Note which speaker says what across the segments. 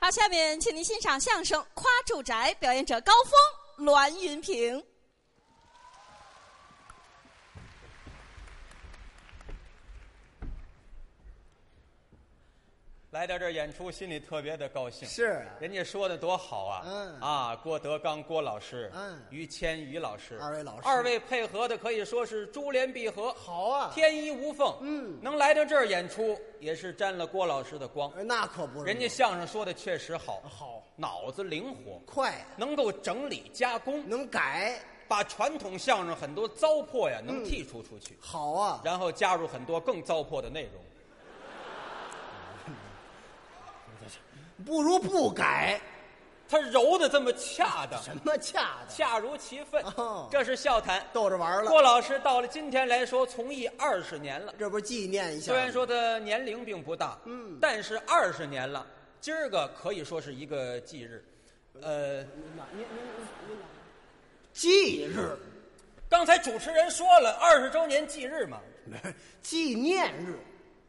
Speaker 1: 好，下面请您欣赏相声《夸住宅》，表演者高峰、栾云平。
Speaker 2: 来到这儿演出，心里特别的高兴。
Speaker 3: 是啊
Speaker 2: 人家说的多好啊！
Speaker 3: 嗯
Speaker 2: 啊，郭德纲郭老师，
Speaker 3: 嗯
Speaker 2: 于谦于老师，
Speaker 3: 二位老师
Speaker 2: 二位配合的可以说是珠联璧合，
Speaker 3: 好啊
Speaker 2: 天衣无缝。
Speaker 3: 嗯
Speaker 2: 能来到这儿演出，也是沾了郭老师的光。
Speaker 3: 呃那可不是，
Speaker 2: 人家相声说的确实好，
Speaker 3: 好
Speaker 2: 脑子灵活，
Speaker 3: 快，啊
Speaker 2: 能够整理加工，
Speaker 3: 能改，
Speaker 2: 把传统相声很多糟粕
Speaker 3: 嗯
Speaker 2: 呀能剔除出去，
Speaker 3: 好啊，
Speaker 2: 然后加入很多更糟粕的内容。
Speaker 3: 不如不改，
Speaker 2: 他揉的这么恰当，
Speaker 3: 什么恰当，
Speaker 2: 恰如其分
Speaker 3: 哦，
Speaker 2: 这是笑谈。
Speaker 3: 逗着玩儿
Speaker 2: 郭
Speaker 3: 了，
Speaker 2: 老师到了今天来说，从艺二十年了。
Speaker 3: 这不是纪念一下
Speaker 2: 虽
Speaker 3: 吗？
Speaker 2: 然说他年龄并不大，
Speaker 3: 嗯
Speaker 2: 但是二十年了，今儿个可以说是一个忌日。呃，
Speaker 3: 忌日，
Speaker 2: 刚才主持人说了，二十周年忌日嘛，
Speaker 3: 纪念日，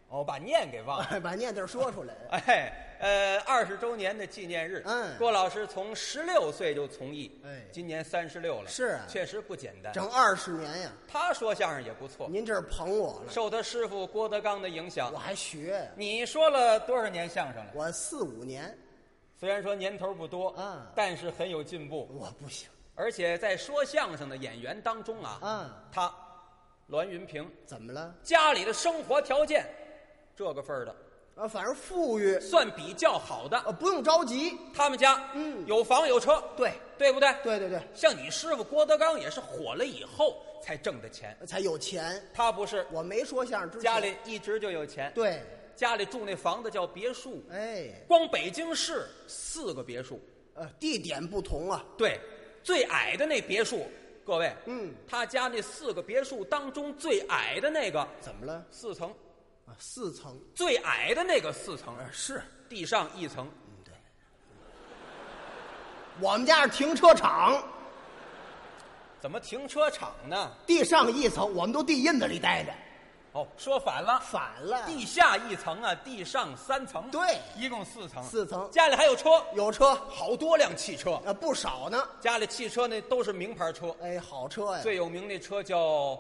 Speaker 2: 哦，我把念给 忘了。
Speaker 3: 哎把念字儿说出来，
Speaker 2: 哎，呃，二十周年的纪念日，
Speaker 3: 嗯
Speaker 2: 郭老师从十六岁就从艺，
Speaker 3: 哎
Speaker 2: 今年三十六了，
Speaker 3: 是啊
Speaker 2: 确实不简单。
Speaker 3: 整嗯二十年呀，
Speaker 2: 他说相声也不错，
Speaker 3: 您这是捧我了，
Speaker 2: 受他师傅郭德纲的影响
Speaker 3: 我。还学呀，
Speaker 2: 你说了多少年相声了？
Speaker 3: 我四五年，
Speaker 2: 虽然说年头不多，
Speaker 3: 嗯
Speaker 2: 但是很有进步。
Speaker 3: 我不行，
Speaker 2: 而且在说相声的演员当中啊，
Speaker 3: 嗯
Speaker 2: 他栾云平
Speaker 3: 怎么了？
Speaker 2: 家里的生活条件这个份儿的，
Speaker 3: 啊，反正富裕，
Speaker 2: 算比较好的。
Speaker 3: 啊，不用着急，
Speaker 2: 他们家
Speaker 3: 嗯
Speaker 2: 有房有车，
Speaker 3: 对，
Speaker 2: 对不对？
Speaker 3: 对对对，
Speaker 2: 像你师傅郭德纲也是火了以后才挣的钱，
Speaker 3: 才有钱，
Speaker 2: 他不是
Speaker 3: 我没说相声之前，
Speaker 2: 家里一直就有钱，
Speaker 3: 对，
Speaker 2: 家里住那房子叫别墅，
Speaker 3: 哎。
Speaker 2: 光北京市四个别墅，
Speaker 3: 呃，地点不同啊，
Speaker 2: 对，最矮的那别墅，各位，
Speaker 3: 嗯，
Speaker 2: 他家那四个别墅当中最矮的那个
Speaker 3: 怎么了？
Speaker 2: 四层，
Speaker 3: 啊，四层，
Speaker 2: 最矮的那个四层，呃
Speaker 3: 是
Speaker 2: 地上一层，
Speaker 3: 我们家是停车场，
Speaker 2: 怎么停车场呢？
Speaker 3: 地上一层，我们都地印子里待着，
Speaker 2: 哦，说反了，
Speaker 3: 反了，
Speaker 2: 地下一层啊，地上三层，
Speaker 3: 对
Speaker 2: 一共四层，
Speaker 3: 四层
Speaker 2: 家里还有车，
Speaker 3: 有车，
Speaker 2: 好多辆汽车，
Speaker 3: 呃，不少呢，
Speaker 2: 家里汽车那都是名牌车，
Speaker 3: 哎，好车呀，
Speaker 2: 最有名那车叫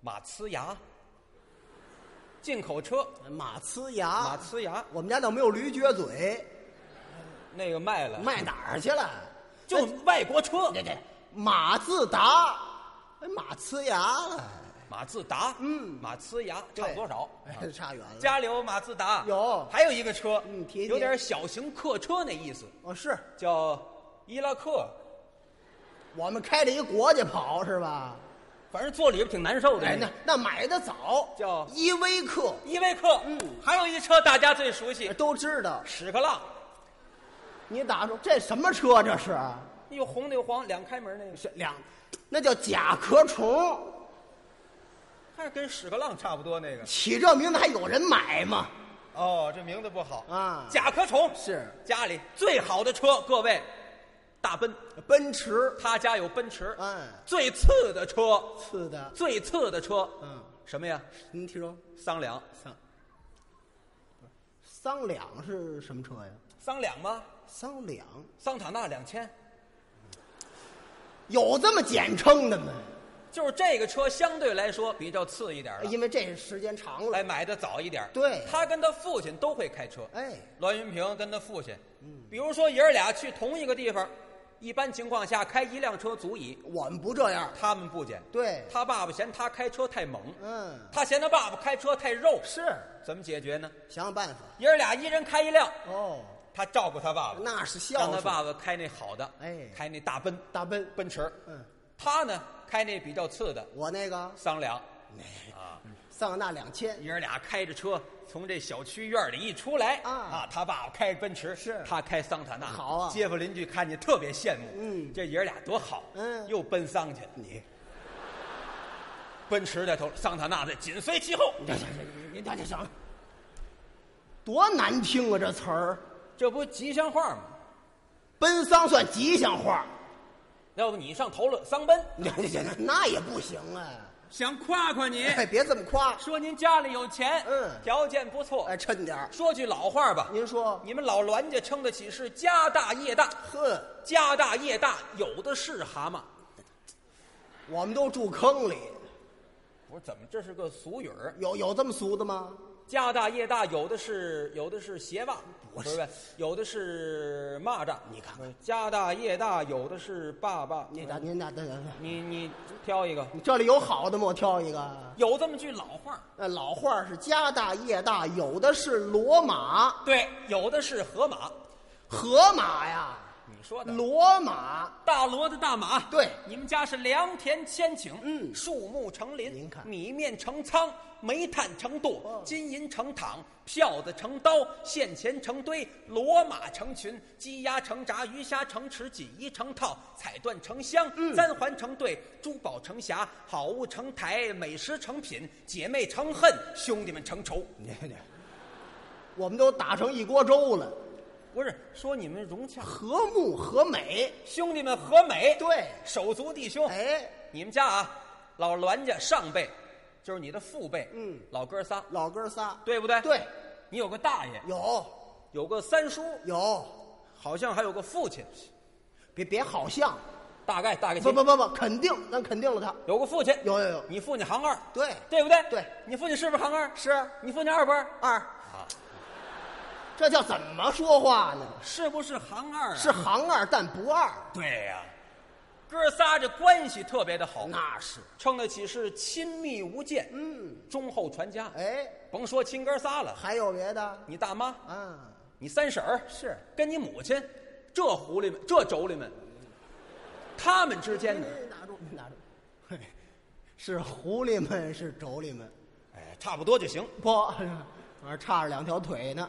Speaker 2: 马呲牙，进口车，
Speaker 3: 马呲
Speaker 2: 马
Speaker 3: 牙，
Speaker 2: 呲牙
Speaker 3: 我们家倒没有驴撅嘴，
Speaker 2: 那个卖了，
Speaker 3: 卖哪儿去了？
Speaker 2: 就外国车，
Speaker 3: 对对，马自达，哎，马呲牙了，
Speaker 2: 马自达，
Speaker 3: 嗯
Speaker 2: 马呲牙
Speaker 3: 对
Speaker 2: 差不多少？啊
Speaker 3: 哎，差远了，
Speaker 2: 家里有马自达，
Speaker 3: 有
Speaker 2: 还有一个车，
Speaker 3: 嗯提提
Speaker 2: 有点小型客车那意思，
Speaker 3: 哦，是
Speaker 2: 叫伊拉克，
Speaker 3: 我们开着一国家跑是吧？
Speaker 2: 反正坐里边挺难受的。
Speaker 3: 哎，那那买的早，
Speaker 2: 叫
Speaker 3: 依维柯，
Speaker 2: 依维柯，
Speaker 3: 嗯呃
Speaker 2: 还有一车大家最熟悉，
Speaker 3: 都知道。
Speaker 2: 屎壳郎，
Speaker 3: 你打住，这什么车？这是
Speaker 2: 有红的有黄，两开门那个，
Speaker 3: 这两，那叫甲壳虫。
Speaker 2: 看着跟屎壳郎差不多那个。
Speaker 3: 起这名字还有人买吗？
Speaker 2: 哦，这名字不好
Speaker 3: 啊
Speaker 2: 甲壳虫
Speaker 3: 是
Speaker 2: 家里最好的车，各位，大奔，
Speaker 3: 奔驰，
Speaker 2: 他家有奔驰，
Speaker 3: 哎
Speaker 2: 最次的车，
Speaker 3: 次的，
Speaker 2: 最次的车，
Speaker 3: 嗯，
Speaker 2: 什么呀？
Speaker 3: 您听说
Speaker 2: 桑两，
Speaker 3: 桑桑两是什么车呀？
Speaker 2: 桑两吗？
Speaker 3: 桑两
Speaker 2: 桑塔纳两千，
Speaker 3: 有这么简称的吗？
Speaker 2: 就是这个车相对来说比较次一点了，
Speaker 3: 哎因为这时间长了
Speaker 2: 哎，，买的早一点。
Speaker 3: 对
Speaker 2: 他跟他父亲都会开车。
Speaker 3: 哎，嗯
Speaker 2: 栾云平跟他父亲，比如说爷儿俩去同一个地方，一般情况下开一辆车足矣，
Speaker 3: 我们不这样。
Speaker 2: 他们不减。
Speaker 3: 对，
Speaker 2: 他爸爸嫌他开车太猛，
Speaker 3: 嗯，
Speaker 2: 他嫌他爸爸开车太肉，
Speaker 3: 是
Speaker 2: 怎么解决呢？
Speaker 3: 想想办法。
Speaker 2: 爷儿俩一人开一辆，
Speaker 3: 哦，
Speaker 2: 他照顾他爸爸，
Speaker 3: 那是孝
Speaker 2: 让
Speaker 3: 顺。
Speaker 2: 他爸爸开那好的，
Speaker 3: 哎
Speaker 2: 开那大奔
Speaker 3: 大奔，
Speaker 2: 奔驰，
Speaker 3: 嗯，
Speaker 2: 他呢开那比较次的
Speaker 3: 我那个
Speaker 2: 桑两，
Speaker 3: 桑塔纳两千，
Speaker 2: 爷儿俩开着车从这小区院里一出来
Speaker 3: 啊
Speaker 2: 他爸爸开奔驰，
Speaker 3: 是
Speaker 2: 他开桑塔纳，
Speaker 3: 好啊
Speaker 2: 街坊邻居看见特别羡慕，
Speaker 3: 嗯
Speaker 2: 这爷儿俩多好，
Speaker 3: 嗯
Speaker 2: 又奔桑去了，
Speaker 3: 你。
Speaker 2: 奔驰在头，桑塔纳在紧随其后，
Speaker 3: 这这这这这行，多难听啊！这词儿，
Speaker 2: 这不吉祥话吗？
Speaker 3: 奔丧算 吉祥话，
Speaker 2: 要不你上头了，桑奔，
Speaker 3: 那也不行啊！
Speaker 2: 想夸夸你，
Speaker 3: 哎，别这么 夸，
Speaker 2: 说您家里有钱，
Speaker 3: 嗯
Speaker 2: 条件不错
Speaker 3: 哎，。趁点儿。
Speaker 2: 说句老话吧，
Speaker 3: 您说，
Speaker 2: 你们老栾家撑得起是家大业大，
Speaker 3: 呵，
Speaker 2: 家大业大，有的是蛤蟆。
Speaker 3: 我们都住坑里，
Speaker 2: 不是怎么，这是个俗语儿，
Speaker 3: 有有这么俗的吗？
Speaker 2: 家大业大，有的是有的是鞋袜，
Speaker 3: 不
Speaker 2: 不
Speaker 3: 是
Speaker 2: 是有的是蚂蚱。
Speaker 3: 你看看
Speaker 2: 不是，家大业大，有的是爸爸。
Speaker 3: 你等您等等等，
Speaker 2: 你你挑一个，
Speaker 3: 你这里有好的吗？我挑一个。
Speaker 2: 有这么句老话儿，
Speaker 3: 那老话是家大业大，有的是骡马、
Speaker 2: 对，有的是河马，
Speaker 3: 河马呀，
Speaker 2: 你说的
Speaker 3: 骡马。
Speaker 2: 大骡子大马，
Speaker 3: 对
Speaker 2: 你们家是良田千顷，
Speaker 3: 嗯
Speaker 2: 树木成林，
Speaker 3: 您看
Speaker 2: 米面成仓，煤炭成垛，
Speaker 3: 哦
Speaker 2: 金银成躺，票子成刀，现钱成堆，骡马成群，鸡鸭成闸，鱼虾成池，锦衣成套，彩缎成箱，
Speaker 3: 嗯
Speaker 2: 簪环成对，珠宝成匣，好物成台，美食成品，姐妹成恨，兄弟们成仇。
Speaker 3: 我们都打成一锅粥了，
Speaker 2: 不是说你们融洽，
Speaker 3: 和睦和美。
Speaker 2: 兄弟们和美，
Speaker 3: 对
Speaker 2: 手足弟兄。
Speaker 3: 哎，
Speaker 2: 你们家啊，老栾家上辈就是你的父辈，
Speaker 3: 嗯
Speaker 2: 老哥仨，
Speaker 3: 老哥仨，
Speaker 2: 对不对？
Speaker 3: 对，
Speaker 2: 你有个大爷，
Speaker 3: 有
Speaker 2: 有个三叔，
Speaker 3: 有，
Speaker 2: 好像还有个父亲，
Speaker 3: 别别好像，
Speaker 2: 大概大概
Speaker 3: 不不不不，肯定，咱肯定了他。
Speaker 2: 有个父亲，
Speaker 3: 有有有
Speaker 2: 你父亲行二，
Speaker 3: 对
Speaker 2: 对不对？
Speaker 3: 对，
Speaker 2: 你父亲是不是行二？
Speaker 3: 是
Speaker 2: 你父亲二不二？
Speaker 3: 二，这叫怎么说话呢？
Speaker 2: 是不是行二、啊？
Speaker 3: 是，行二但不二，
Speaker 2: 对呀、哥仨这关系特别的好，
Speaker 3: 那是。
Speaker 2: 称得起是亲密无间，
Speaker 3: 嗯，
Speaker 2: 忠厚传家。
Speaker 3: 哎，
Speaker 2: 甭说亲哥仨了，
Speaker 3: 还有别的
Speaker 2: 你大妈，
Speaker 3: 啊？
Speaker 2: 你三婶儿
Speaker 3: 是
Speaker 2: 跟你母亲，这狐狸们，这妯娌们，他们之间呢，
Speaker 3: 拿住，拿住。嘿，是狐狸们，是妯娌们，
Speaker 2: 哎，差不多就行。
Speaker 3: 不， 我还差着两条腿呢。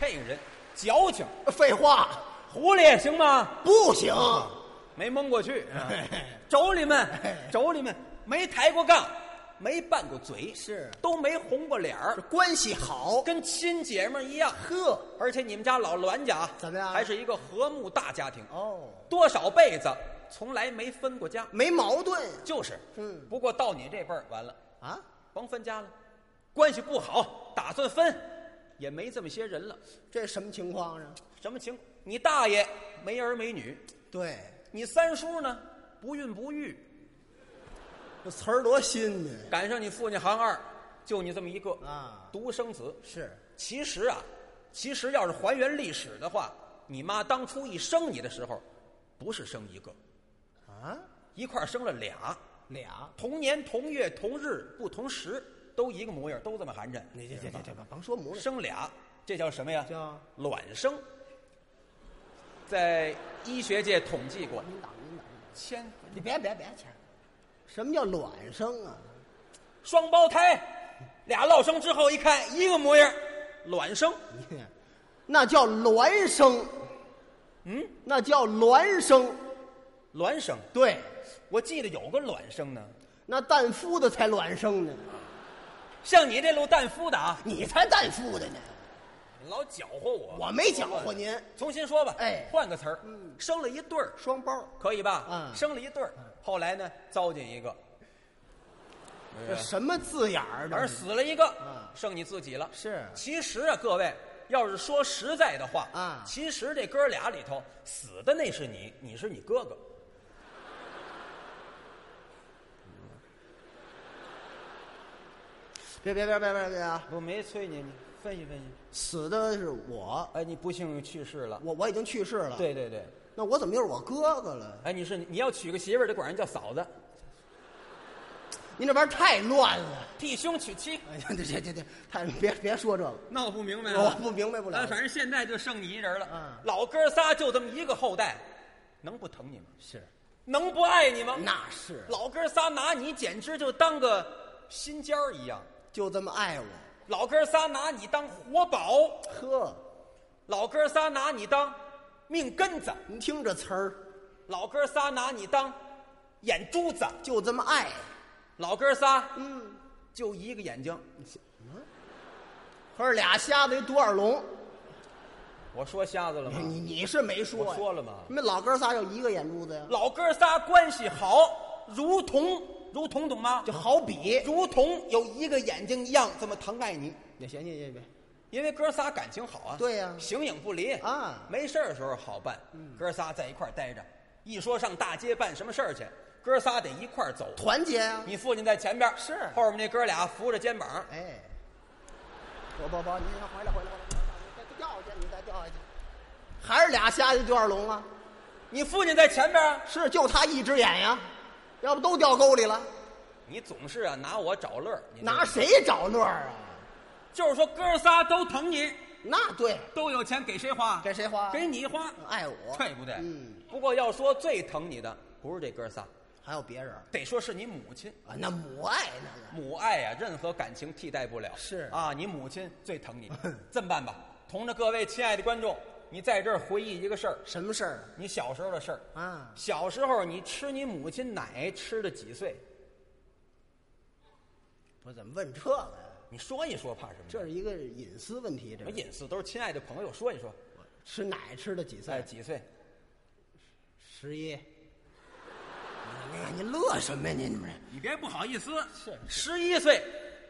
Speaker 2: 这个人矫情，
Speaker 3: 废话，
Speaker 2: 狐狸行吗？
Speaker 3: 不行。啊
Speaker 2: 没蒙过去，啊妯娌们，妯娌们没抬过杠，没拌过嘴，
Speaker 3: 是
Speaker 2: 都没红过脸儿
Speaker 3: 这，关系好，
Speaker 2: 跟亲姐们儿一样。
Speaker 3: 呵，
Speaker 2: 而且你们家老栾家啊
Speaker 3: 怎么样
Speaker 2: 还是一个和睦大家庭，
Speaker 3: 哦，
Speaker 2: 多少辈子从来没分过家，
Speaker 3: 没矛盾
Speaker 2: 就是。
Speaker 3: 嗯
Speaker 2: 不过到你这辈儿完了。
Speaker 3: 啊？
Speaker 2: 甭分家了，关系不好，打算分，也没这么些人了。
Speaker 3: 这什么情况啊？
Speaker 2: 什么情？你大爷没儿没女，
Speaker 3: 对，
Speaker 2: 你三叔呢不孕不育，
Speaker 3: 这词儿多新呢
Speaker 2: 赶上你父亲行二，就你这么一个
Speaker 3: 啊！
Speaker 2: 独生子。
Speaker 3: 是
Speaker 2: 其实啊，其实要是还原历史的话，你妈当初一生你的时候，不是生一个，
Speaker 3: 啊，
Speaker 2: 一块儿生了俩，
Speaker 3: 俩。
Speaker 2: 同年同月同日不同时，都一个模样，都这么寒碜。
Speaker 3: 你这这这这甭说母
Speaker 2: 生俩，这叫什么呀？
Speaker 3: 叫
Speaker 2: 卵生，在医学界统计过，
Speaker 3: 您挡您挡，
Speaker 2: 千
Speaker 3: 你别别别钱，什么叫卵生啊？
Speaker 2: 双胞胎，俩落生之后一看一个模样，卵生。
Speaker 3: 你那叫孪生，
Speaker 2: 嗯，
Speaker 3: 那叫孪生。
Speaker 2: 卵生，
Speaker 3: 对，
Speaker 2: 我记得有个卵生呢，
Speaker 3: 那蛋孵的才孪生呢，
Speaker 2: 像你这路蛋夫的啊，
Speaker 3: 你才蛋孵的呢，
Speaker 2: 老搅和我。嗯
Speaker 3: 我没搅和您。
Speaker 2: 重新说吧，
Speaker 3: 哎
Speaker 2: 换个词儿，生了一对儿，
Speaker 3: 双胞，
Speaker 2: 可以吧？
Speaker 3: 嗯
Speaker 2: 生了一对儿，后来呢，糟践一个，
Speaker 3: 这什么字眼儿？
Speaker 2: 而
Speaker 3: 这是
Speaker 2: 死了一个
Speaker 3: 嗯，
Speaker 2: 剩你自己了。
Speaker 3: 是
Speaker 2: 其实啊，各位，要是说实在的话
Speaker 3: 啊
Speaker 2: 其实这哥俩里头死的那是你，你是你哥哥。
Speaker 3: 别别别别别别啊！
Speaker 2: 我没催你，你分析分析。
Speaker 3: 死的是我，
Speaker 2: 哎，你不幸去世了。
Speaker 3: 我我已经去世了。，
Speaker 2: 对对对，
Speaker 3: 那我怎么又是我哥哥了？
Speaker 2: 哎，你是你你要娶个媳妇儿，得管人叫嫂子，
Speaker 3: 您这玩意儿太乱了。
Speaker 2: 弟兄娶妻，
Speaker 3: 哎呀，这这这这，太别别说这个，
Speaker 2: 闹不明白
Speaker 3: 我不明白不了
Speaker 2: 哎，。反正现在就剩你一人了。
Speaker 3: 嗯
Speaker 2: 老哥仨就这么一个后代，能不疼你吗？嗯
Speaker 3: 是，
Speaker 2: 能不爱你吗？
Speaker 3: 那是
Speaker 2: 老哥仨拿你简直就当个心尖儿一样。
Speaker 3: 就这么爱我。
Speaker 2: 老哥仨拿你当活宝，
Speaker 3: 呵，
Speaker 2: 老哥仨拿你当命根子，
Speaker 3: 您听这词儿，
Speaker 2: 老哥仨拿你当眼珠子，
Speaker 3: 就这么爱。
Speaker 2: 老哥仨
Speaker 3: 嗯，
Speaker 2: 就一个眼睛，
Speaker 3: 可是俩瞎子有独耳聋，
Speaker 2: 我说瞎子了
Speaker 3: 你
Speaker 2: 吗？
Speaker 3: 你是没说呀
Speaker 2: 我说了吗
Speaker 3: 什么老哥仨有一个眼珠子呀？
Speaker 2: 老哥仨关系好，如同如同懂吗？
Speaker 3: 就好比，
Speaker 2: 如同有一个眼睛一样这么疼爱你，
Speaker 3: 别行行行别，
Speaker 2: 因为哥仨感情好啊。
Speaker 3: 对呀
Speaker 2: 形影不离
Speaker 3: 啊
Speaker 2: 没事儿的时候好办，哥仨在一块儿待着，一说上大街办什么事儿去，哥仨得一块儿走。
Speaker 3: 团结呀、
Speaker 2: 你父亲在前边儿，
Speaker 3: 是
Speaker 2: 后面那哥俩扶着肩膀，
Speaker 3: 哎，不不不，你看回来回来回来，再掉下去，你再掉下去，还是俩瞎子就二聋啊？
Speaker 2: 你父亲在前边儿，
Speaker 3: 是，就他一只眼呀，要不都掉沟里了，
Speaker 2: 你总是啊拿我找乐儿，你知道吗
Speaker 3: 拿？谁找乐儿啊？
Speaker 2: 就是说哥仨都疼你，
Speaker 3: 那对，
Speaker 2: 都有钱给谁花？
Speaker 3: 给谁花
Speaker 2: 给你花，
Speaker 3: 爱我，
Speaker 2: 对不对？
Speaker 3: 嗯，
Speaker 2: 不过要说最疼你的，不是这哥仨，
Speaker 3: 还有别人啊？
Speaker 2: 得说是你母亲。
Speaker 3: 那母爱那个
Speaker 2: 母爱呀、任何感情替代不了。
Speaker 3: 是
Speaker 2: 啊，你母亲最疼你。 这么办吧，同着各位亲爱的观众，你在这儿回忆一个事儿，
Speaker 3: 什么事儿
Speaker 2: 你小时候的事儿。
Speaker 3: 啊？
Speaker 2: 小时候你吃你母亲奶吃的几岁？
Speaker 3: 不是怎么问这个呀？
Speaker 2: 你说一说，怕什么？
Speaker 3: 这是一个隐私问题，这
Speaker 2: 什么
Speaker 3: 是
Speaker 2: 隐私？都是亲爱的朋友，说一说，
Speaker 3: 吃奶吃的几岁？
Speaker 2: 在几岁？
Speaker 3: 十一。你看你乐什么呀？你们
Speaker 2: 你别不好意思，是十一岁。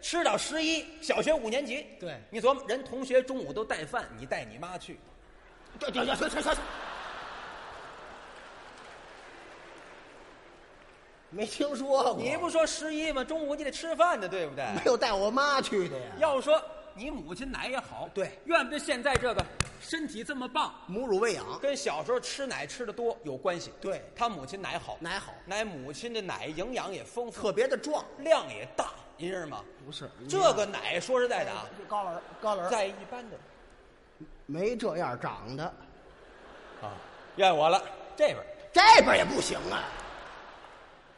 Speaker 2: 吃到十一，小学五年级。
Speaker 3: 对
Speaker 2: 你琢磨，人同学中午都带饭，你带你妈去，
Speaker 3: 这这这这这这，没听说过，
Speaker 2: 你不说十一吗？中午你得吃饭的，对不 对？
Speaker 3: 没有带我妈去的呀？
Speaker 2: 要说你母亲奶也好，
Speaker 3: 对
Speaker 2: 怨不得现在这个身体这么棒，
Speaker 3: 母乳喂养，
Speaker 2: 跟小时候吃奶吃的多有关系。
Speaker 3: 对
Speaker 2: 他母亲奶好，
Speaker 3: 奶好
Speaker 2: 奶母亲的奶营养也丰富，
Speaker 3: 特别的壮。
Speaker 2: 量也大，您知道吗？
Speaker 3: 不是
Speaker 2: 这个奶说实在的啊，
Speaker 3: 高老师，高老师
Speaker 2: 在一般的
Speaker 3: 没这样长的，
Speaker 2: 啊，怨我了。这边
Speaker 3: 这边也不行啊，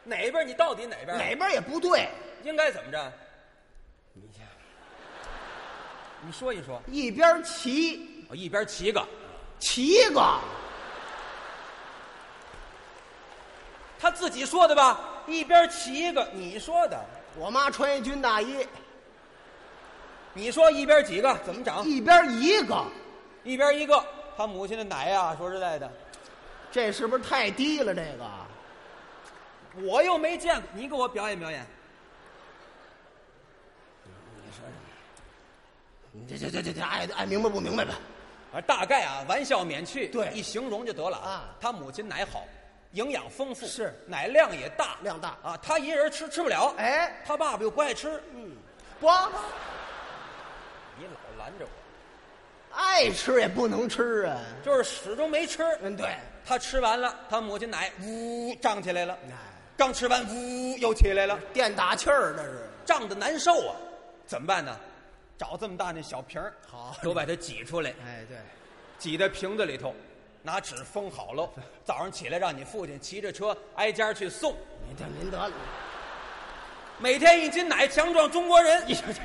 Speaker 2: 哪边？你到底哪边？
Speaker 3: 哪边也不对，
Speaker 2: 应该怎么着？你说一说，
Speaker 3: 一边骑
Speaker 2: 我哦一边骑个，
Speaker 3: 骑个，
Speaker 2: 他自己说的吧？一边骑个，你说的，
Speaker 3: 我妈穿一军大衣，
Speaker 2: 你说一边几个？怎么长？
Speaker 3: 一边一个，
Speaker 2: 一边一个，他母亲的奶呀、说实在的，
Speaker 3: 这是不是太低了？这个
Speaker 2: 我又没见过，你给我表演表演。
Speaker 3: 你这这这这这爱爱明白不明白吧？
Speaker 2: 啊，大概啊，玩笑免去，
Speaker 3: 对
Speaker 2: 一形容就得了
Speaker 3: 啊
Speaker 2: 他母亲奶好，营养丰富，
Speaker 3: 是
Speaker 2: 奶量也大，
Speaker 3: 量大
Speaker 2: 啊，他一人吃吃不了，，
Speaker 3: 哎，
Speaker 2: 他爸爸又不爱吃，
Speaker 3: 不，
Speaker 2: 你老拦着我，
Speaker 3: 爱吃也不能吃啊。
Speaker 2: 就是始终没吃。
Speaker 3: 嗯，对，
Speaker 2: 他吃完了，他母亲奶呜胀起来了，
Speaker 3: 哎，
Speaker 2: 刚吃完呜又起来了，
Speaker 3: 电打气儿这是。
Speaker 2: 胀得难受啊，怎么办呢？找这么大那小瓶儿，
Speaker 3: 好
Speaker 2: 都把它挤出来，
Speaker 3: 哎，对，
Speaker 2: 挤在瓶子里头，拿纸封好喽。早上起来让你父亲骑着车挨家去送，
Speaker 3: 您这您得了，
Speaker 2: 每天一斤奶，强壮中国人。
Speaker 3: 你这这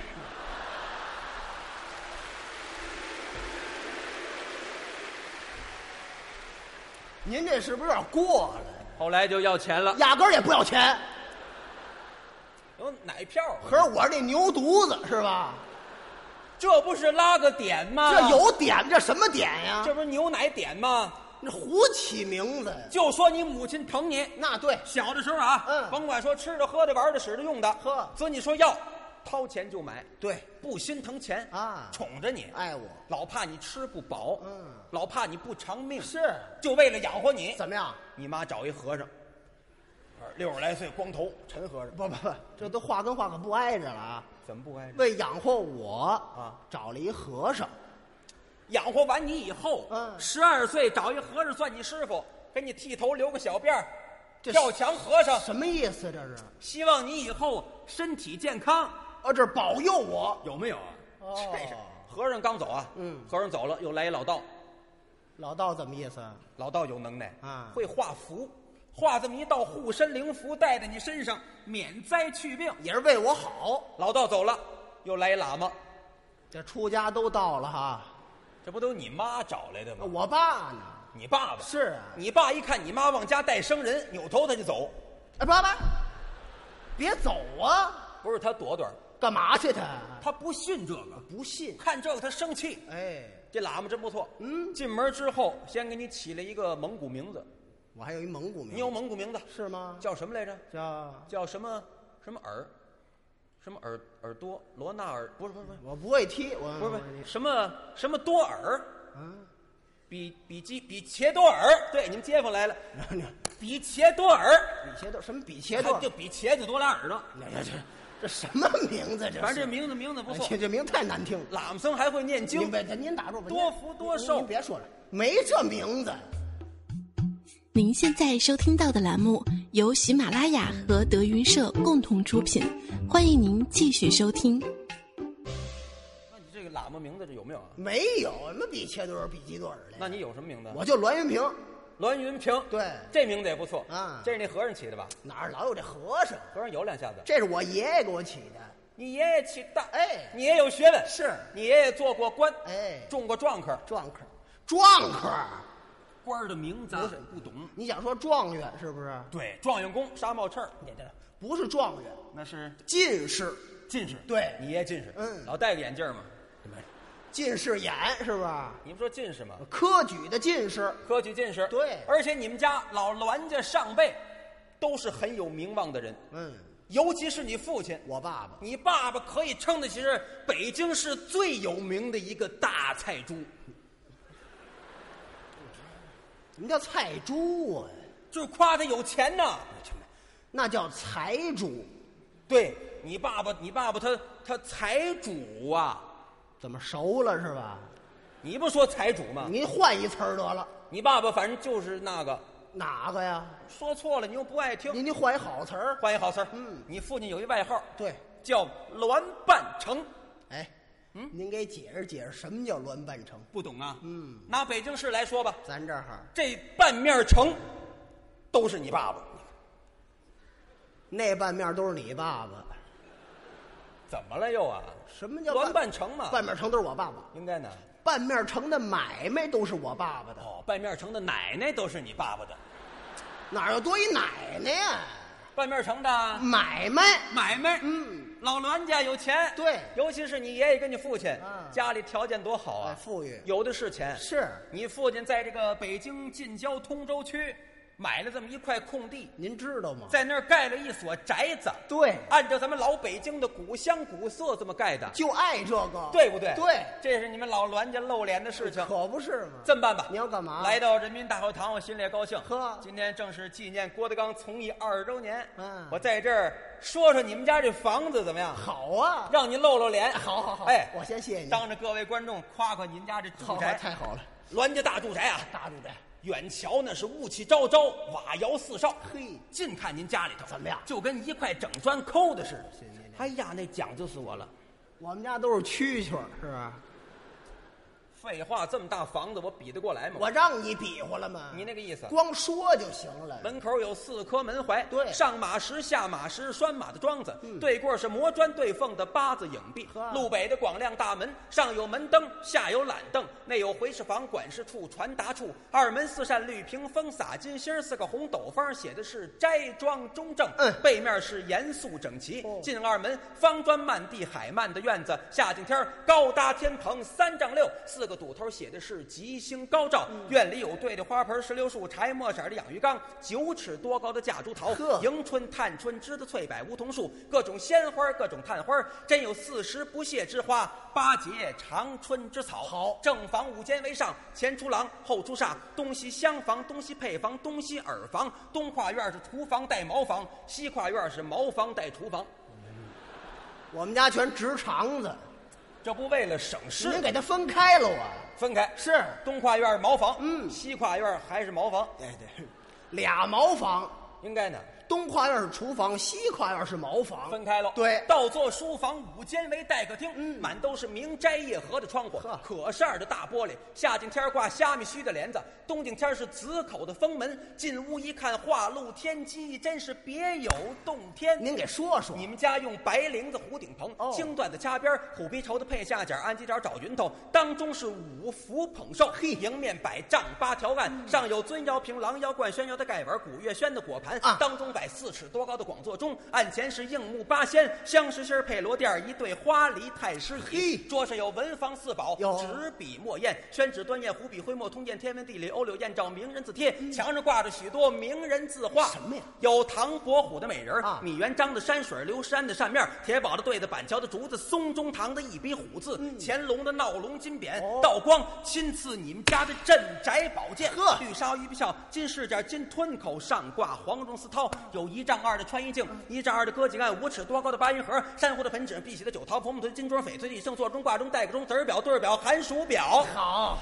Speaker 3: 您这是不是有点过了？
Speaker 2: 后来就要钱了，
Speaker 3: 压根儿也不要钱，
Speaker 2: 有奶票啊，
Speaker 3: 可是我这牛犊子是吧？
Speaker 2: 这不是拉个点吗？
Speaker 3: 这，有点，这什么点呀？
Speaker 2: 这不是牛奶点吗？
Speaker 3: 这胡起名字呀？
Speaker 2: 就说你母亲疼你，
Speaker 3: 那对，
Speaker 2: 小的时候啊，
Speaker 3: 嗯
Speaker 2: 甭管说吃的、喝的、玩的、使的、用的，
Speaker 3: 呵
Speaker 2: 所以你说要，掏钱就买，
Speaker 3: 对，
Speaker 2: 不心疼钱
Speaker 3: 啊
Speaker 2: 宠着你，
Speaker 3: 爱我
Speaker 2: 老怕你吃不饱，
Speaker 3: 嗯
Speaker 2: 老怕你不偿命，
Speaker 3: 是
Speaker 2: 就为了养活你，
Speaker 3: 怎么样？
Speaker 2: 你妈找一和尚，呃六十来岁光头陈和尚，
Speaker 3: 不不不，这都话跟话可不挨着了啊！
Speaker 2: 怎么不挨着？
Speaker 3: 为养活我
Speaker 2: 啊，
Speaker 3: 找了一和尚，
Speaker 2: 养活完你以后，
Speaker 3: 嗯
Speaker 2: 十二岁找一和尚算你师傅，给你剃头留个小辫儿，
Speaker 3: 这
Speaker 2: 跳墙和尚，
Speaker 3: 什么意思？这是？
Speaker 2: 希望你以后身体健康，
Speaker 3: 哦，这保佑我
Speaker 2: 有没有啊？
Speaker 3: 哦
Speaker 2: 这是和尚刚走啊，
Speaker 3: 嗯
Speaker 2: 和尚走了，又来一老道，
Speaker 3: 老道怎么意思？啊？
Speaker 2: 老道有能耐
Speaker 3: 啊
Speaker 2: 会画符，画这么一道护身灵符，带在你身上，免灾去病。
Speaker 3: 也是为我好。
Speaker 2: 老道走了，又来一喇嘛，
Speaker 3: 这出家都到了哈，
Speaker 2: 这不都你妈找来的吗？
Speaker 3: 我爸呢？
Speaker 2: 你爸爸
Speaker 3: 是啊，
Speaker 2: 你爸一看你妈往家带生人，扭头他就走，
Speaker 3: 哎，爸爸，别走啊！
Speaker 2: 不是他躲躲，
Speaker 3: 干嘛去他？
Speaker 2: 他不信这个，
Speaker 3: 不信。
Speaker 2: 看这个他生气，
Speaker 3: 哎，
Speaker 2: 这喇嘛真不错。
Speaker 3: 嗯，
Speaker 2: 进门之后，先给你起了一个蒙古名字，
Speaker 3: 我还有一蒙古名，
Speaker 2: 你有蒙古名字
Speaker 3: 是吗？
Speaker 2: 叫什么来着？
Speaker 3: 叫
Speaker 2: 叫什么什么耳，什么耳耳朵罗纳尔？不是不是不是
Speaker 3: 我不会踢，我
Speaker 2: 不是不是什么什么多尔？
Speaker 3: 啊，
Speaker 2: 比比基比切多尔？对，你们街坊来了，
Speaker 3: 然 后呢，
Speaker 2: 比切多尔，
Speaker 3: 比切豆什么比切豆
Speaker 2: 他？就比茄子多俩耳朵。
Speaker 3: 那这这这什么名字？这
Speaker 2: 反正这
Speaker 3: 是
Speaker 2: 名字名字不
Speaker 3: 哎这
Speaker 2: 错，
Speaker 3: 这名太难听了。
Speaker 2: 喇嘛僧还会念
Speaker 3: 您
Speaker 2: 经。
Speaker 3: 别，您打住吧，您
Speaker 2: 多福多寿
Speaker 3: 您您别说了，没这名字。
Speaker 4: 您现在收听到的栏目由喜马拉雅和德云社共同出品，欢迎您继续收听。
Speaker 2: 那你这个喇嘛名字这有没有啊？
Speaker 3: 没有什么比切多尔、比基多尔的。
Speaker 2: 那你有什么名字？
Speaker 3: 我就栾云平，
Speaker 2: 栾云平。
Speaker 3: 对
Speaker 2: 这名字也不错
Speaker 3: 啊
Speaker 2: 这是那和尚起的吧？
Speaker 3: 哪儿老有这和尚？
Speaker 2: 和尚有两下子。
Speaker 3: 这是我爷爷给我起的。
Speaker 2: 你爷爷起的，
Speaker 3: 哎
Speaker 2: 你也有学问，
Speaker 3: 是
Speaker 2: 你爷爷做过官，
Speaker 3: 哎
Speaker 2: 中过状科，
Speaker 3: 壮客，壮客，
Speaker 2: 官儿的名字咱不懂。
Speaker 3: 你想说状元是不是？
Speaker 2: 对，状元公沙帽敎儿，
Speaker 3: 不是状元，
Speaker 2: 那是
Speaker 3: 近视，
Speaker 2: 进士。
Speaker 3: 对
Speaker 2: 你爷爷进士，
Speaker 3: 嗯
Speaker 2: 老戴个眼镜嘛。
Speaker 3: 近视眼是不是？
Speaker 2: 你不说进士吗？
Speaker 3: 科举的进士，
Speaker 2: 科举进士。
Speaker 3: 对
Speaker 2: 而且你们家老栾家上辈都是很有名望的人，
Speaker 3: 嗯，
Speaker 2: 尤其是你父亲，
Speaker 3: 我爸爸，
Speaker 2: 你爸爸可以称得起是北京市最有名的一个大菜猪，
Speaker 3: 什么叫菜猪啊？
Speaker 2: 就是夸他有钱呐。
Speaker 3: 那叫财主，
Speaker 2: 对你爸爸，你爸爸他他财主啊，
Speaker 3: 怎么熟了是吧？
Speaker 2: 你不说财主吗？
Speaker 3: 您换一词儿得了，
Speaker 2: 你爸爸反正就是那个，
Speaker 3: 哪个呀？
Speaker 2: 说错了你又不爱听，
Speaker 3: 您您换一好词儿。
Speaker 2: 换一好词儿。
Speaker 3: 嗯
Speaker 2: 你父亲有一外号
Speaker 3: 对，
Speaker 2: 叫栾半城，
Speaker 3: 哎，嗯，您给解释解释什么叫栾半城？
Speaker 2: 不懂啊？
Speaker 3: 嗯，
Speaker 2: 拿北京市来说吧，
Speaker 3: 咱这儿
Speaker 2: 这半面城都是你爸爸，
Speaker 3: 那半面都是你爸爸，
Speaker 2: 怎么了又啊？
Speaker 3: 什么叫
Speaker 2: 栾半城嘛？
Speaker 3: 半面城都是我爸爸，
Speaker 2: 应该呢。
Speaker 3: 半面城的买卖都是我爸爸的，
Speaker 2: 哦，半面城的奶奶都是你爸爸的，
Speaker 3: 哪有多一奶奶呀？
Speaker 2: 半面城的
Speaker 3: 买卖，
Speaker 2: 买卖，
Speaker 3: 嗯，
Speaker 2: 老栾家有钱，
Speaker 3: 对
Speaker 2: 尤其是你爷爷跟你父亲，
Speaker 3: 啊
Speaker 2: 家里条件多好啊，
Speaker 3: 哎富裕
Speaker 2: 有的是钱。
Speaker 3: 是
Speaker 2: 你父亲在这个北京近郊通州区买了这么一块空地，
Speaker 3: 您知道吗？
Speaker 2: 在那儿盖了一所宅子，
Speaker 3: 对，
Speaker 2: 按照咱们老北京的古香古色这么盖的，
Speaker 3: 就爱这个，
Speaker 2: 对不对？
Speaker 3: 对，
Speaker 2: 这是你们老栾家露脸的事情。
Speaker 3: 可不是嘛。
Speaker 2: 这么办吧，
Speaker 3: 你要干嘛
Speaker 2: 来到人民大会堂，我心里也高兴。
Speaker 3: 呵
Speaker 2: 今天正是纪念郭德纲从艺二十周年。
Speaker 3: 嗯
Speaker 2: 我在这儿说说你们家这房子怎么样，
Speaker 3: 好啊，
Speaker 2: 让您露露脸。
Speaker 3: 好好好，
Speaker 2: 哎，
Speaker 3: 我先谢谢您，
Speaker 2: 当着各位观众夸夸您家这
Speaker 3: 好
Speaker 2: 住
Speaker 3: 好
Speaker 2: 宅，
Speaker 3: 太好了，
Speaker 2: 栾家大住宅啊！
Speaker 3: 大住宅，
Speaker 2: 远瞧那是雾气昭昭，瓦窑四少。
Speaker 3: 嘿
Speaker 2: 近看您家里头
Speaker 3: 怎么样
Speaker 2: 就跟一块整砖抠的似的
Speaker 3: 谢谢您。
Speaker 2: 哎呀，那讲究死我了！
Speaker 3: 我们家都是蛐蛐儿，是吧？
Speaker 2: 嗯废话，这么大房子，我比得过来吗？
Speaker 3: 我让你比划了吗？
Speaker 2: 你那个意思
Speaker 3: 光说就行了。
Speaker 2: 门口有四颗门槐，
Speaker 3: 对
Speaker 2: 上马石、下马石、拴马的桩子，
Speaker 3: 嗯
Speaker 2: 对过是磨砖对缝的八字影壁
Speaker 3: 呵，
Speaker 2: 路北的广亮大门，上有门灯，下有懒凳，内有回事房、管事处、传达处，二门四扇绿屏风洒金星儿，四个红斗方写的是斋庄中正，
Speaker 3: 嗯
Speaker 2: 背面是严肃整齐
Speaker 3: 哦，
Speaker 2: 进二门方砖漫地海漫的院子，夏景天儿高搭天棚三丈六，四个堵头写的是吉星高照。
Speaker 3: 嗯
Speaker 2: 院里有对着花盆石榴树、柴墨色的养鱼缸，九尺多高的夹竹桃
Speaker 3: 呵，
Speaker 2: 迎春、探春、枝子翠柏、梧桐树，各种鲜花，各种探花，真有四时不谢之花，八节长春之草。
Speaker 3: 好
Speaker 2: 正房五间为上，前出廊，后出煞，东西厢房，东西配房，东西耳房，东跨院是厨房带茅房，西跨院是茅房带厨房。
Speaker 3: 我们家全直肠子，
Speaker 2: 这不为了省
Speaker 3: 您
Speaker 2: 事
Speaker 3: 给它分开了啊？
Speaker 2: 分开，
Speaker 3: 是，
Speaker 2: 东跨院茅房，
Speaker 3: 嗯
Speaker 2: 西跨院还是茅房，
Speaker 3: 对对，俩茅房，
Speaker 2: 应该呢，
Speaker 3: 东跨院是厨房，西跨院是茅房，
Speaker 2: 分开了。
Speaker 3: 对，
Speaker 2: 倒座书房五间为待客厅，
Speaker 3: 嗯
Speaker 2: 满都是明斋夜荷的窗户
Speaker 3: 呵，
Speaker 2: 可扇儿的大玻璃，夏景天儿挂虾米须的帘子，冬景天儿是紫口的封门。进屋一看，画露天机，真是别有洞天。
Speaker 3: 您给说说
Speaker 2: 你。们家用白绫子糊顶棚
Speaker 3: 哦，
Speaker 2: 青缎子掐边儿，虎皮绸子配下角，氨鸡爪找云头，当中是五福捧寿，
Speaker 3: 嘿嗯
Speaker 2: 迎面摆丈八条案，上有尊窑瓶、狼窑罐、宣窑的盖碗、古月轩的果盘
Speaker 3: 啊，
Speaker 2: 当中摆百四尺多高的广座中，案前是硬木八仙、香石心儿配罗垫儿一对花梨太师椅，桌上有文房四宝，
Speaker 3: 有
Speaker 2: 纸笔墨砚、宣纸端砚、湖笔徽墨、通鉴天文地理、欧柳燕赵名人字帖，墙上挂着许多名人字画。
Speaker 3: 嗯什么呀
Speaker 2: 有唐伯虎的美人儿
Speaker 3: 啊
Speaker 2: 米元璋的山水儿，刘山的扇面儿，铁宝的对子，板桥的竹子，松中堂的一笔虎字，乾隆的闹龙金匾，
Speaker 3: 嗯哦
Speaker 2: 道光亲赐你们家的镇宅宝剑，
Speaker 3: 呵
Speaker 2: 绿鲨鱼皮鞘，金饰件，金吞口，上挂黄绒丝绦，
Speaker 3: 嗯
Speaker 2: 有一丈二的穿衣镜，一丈二的歌颈案，五尺多高的八音盒，珊瑚的盆枕，碧玺的酒桃，冯木吞金钟，翡翠玉，圣座钟挂钟，带个钟，子儿表，对儿表，寒暑表，
Speaker 3: 好，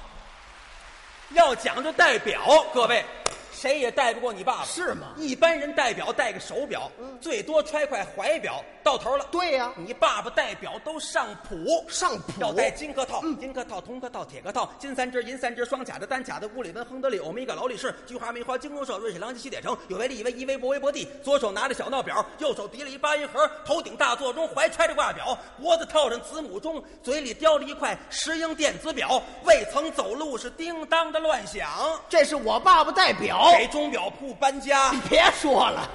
Speaker 2: 要讲究代表，各位。谁也带不过你爸爸，
Speaker 3: 是吗嗯
Speaker 2: 一般人戴表戴个手表，最多揣块怀表，到头了。
Speaker 3: 对呀
Speaker 2: 你爸爸戴表都上谱，
Speaker 3: 上谱
Speaker 2: 要戴金颗套、银颗套、铜颗套、铁颗套，金三只、银三只，双甲的、单甲的，乌里敦、亨德利、欧米伽、劳力士、菊花、梅花、金弓手、瑞士狼藉、西铁城，有为利、以为一微博、微博帝，左手拿着小闹表，右手提了一八音盒，头顶大座钟，怀揣着挂表，脖子套上子母钟，嘴里叼着一块石英电子表，未曾走路是叮当的乱响。
Speaker 3: 这是我爸爸代表。
Speaker 2: 给钟表铺搬家。
Speaker 3: 别说了，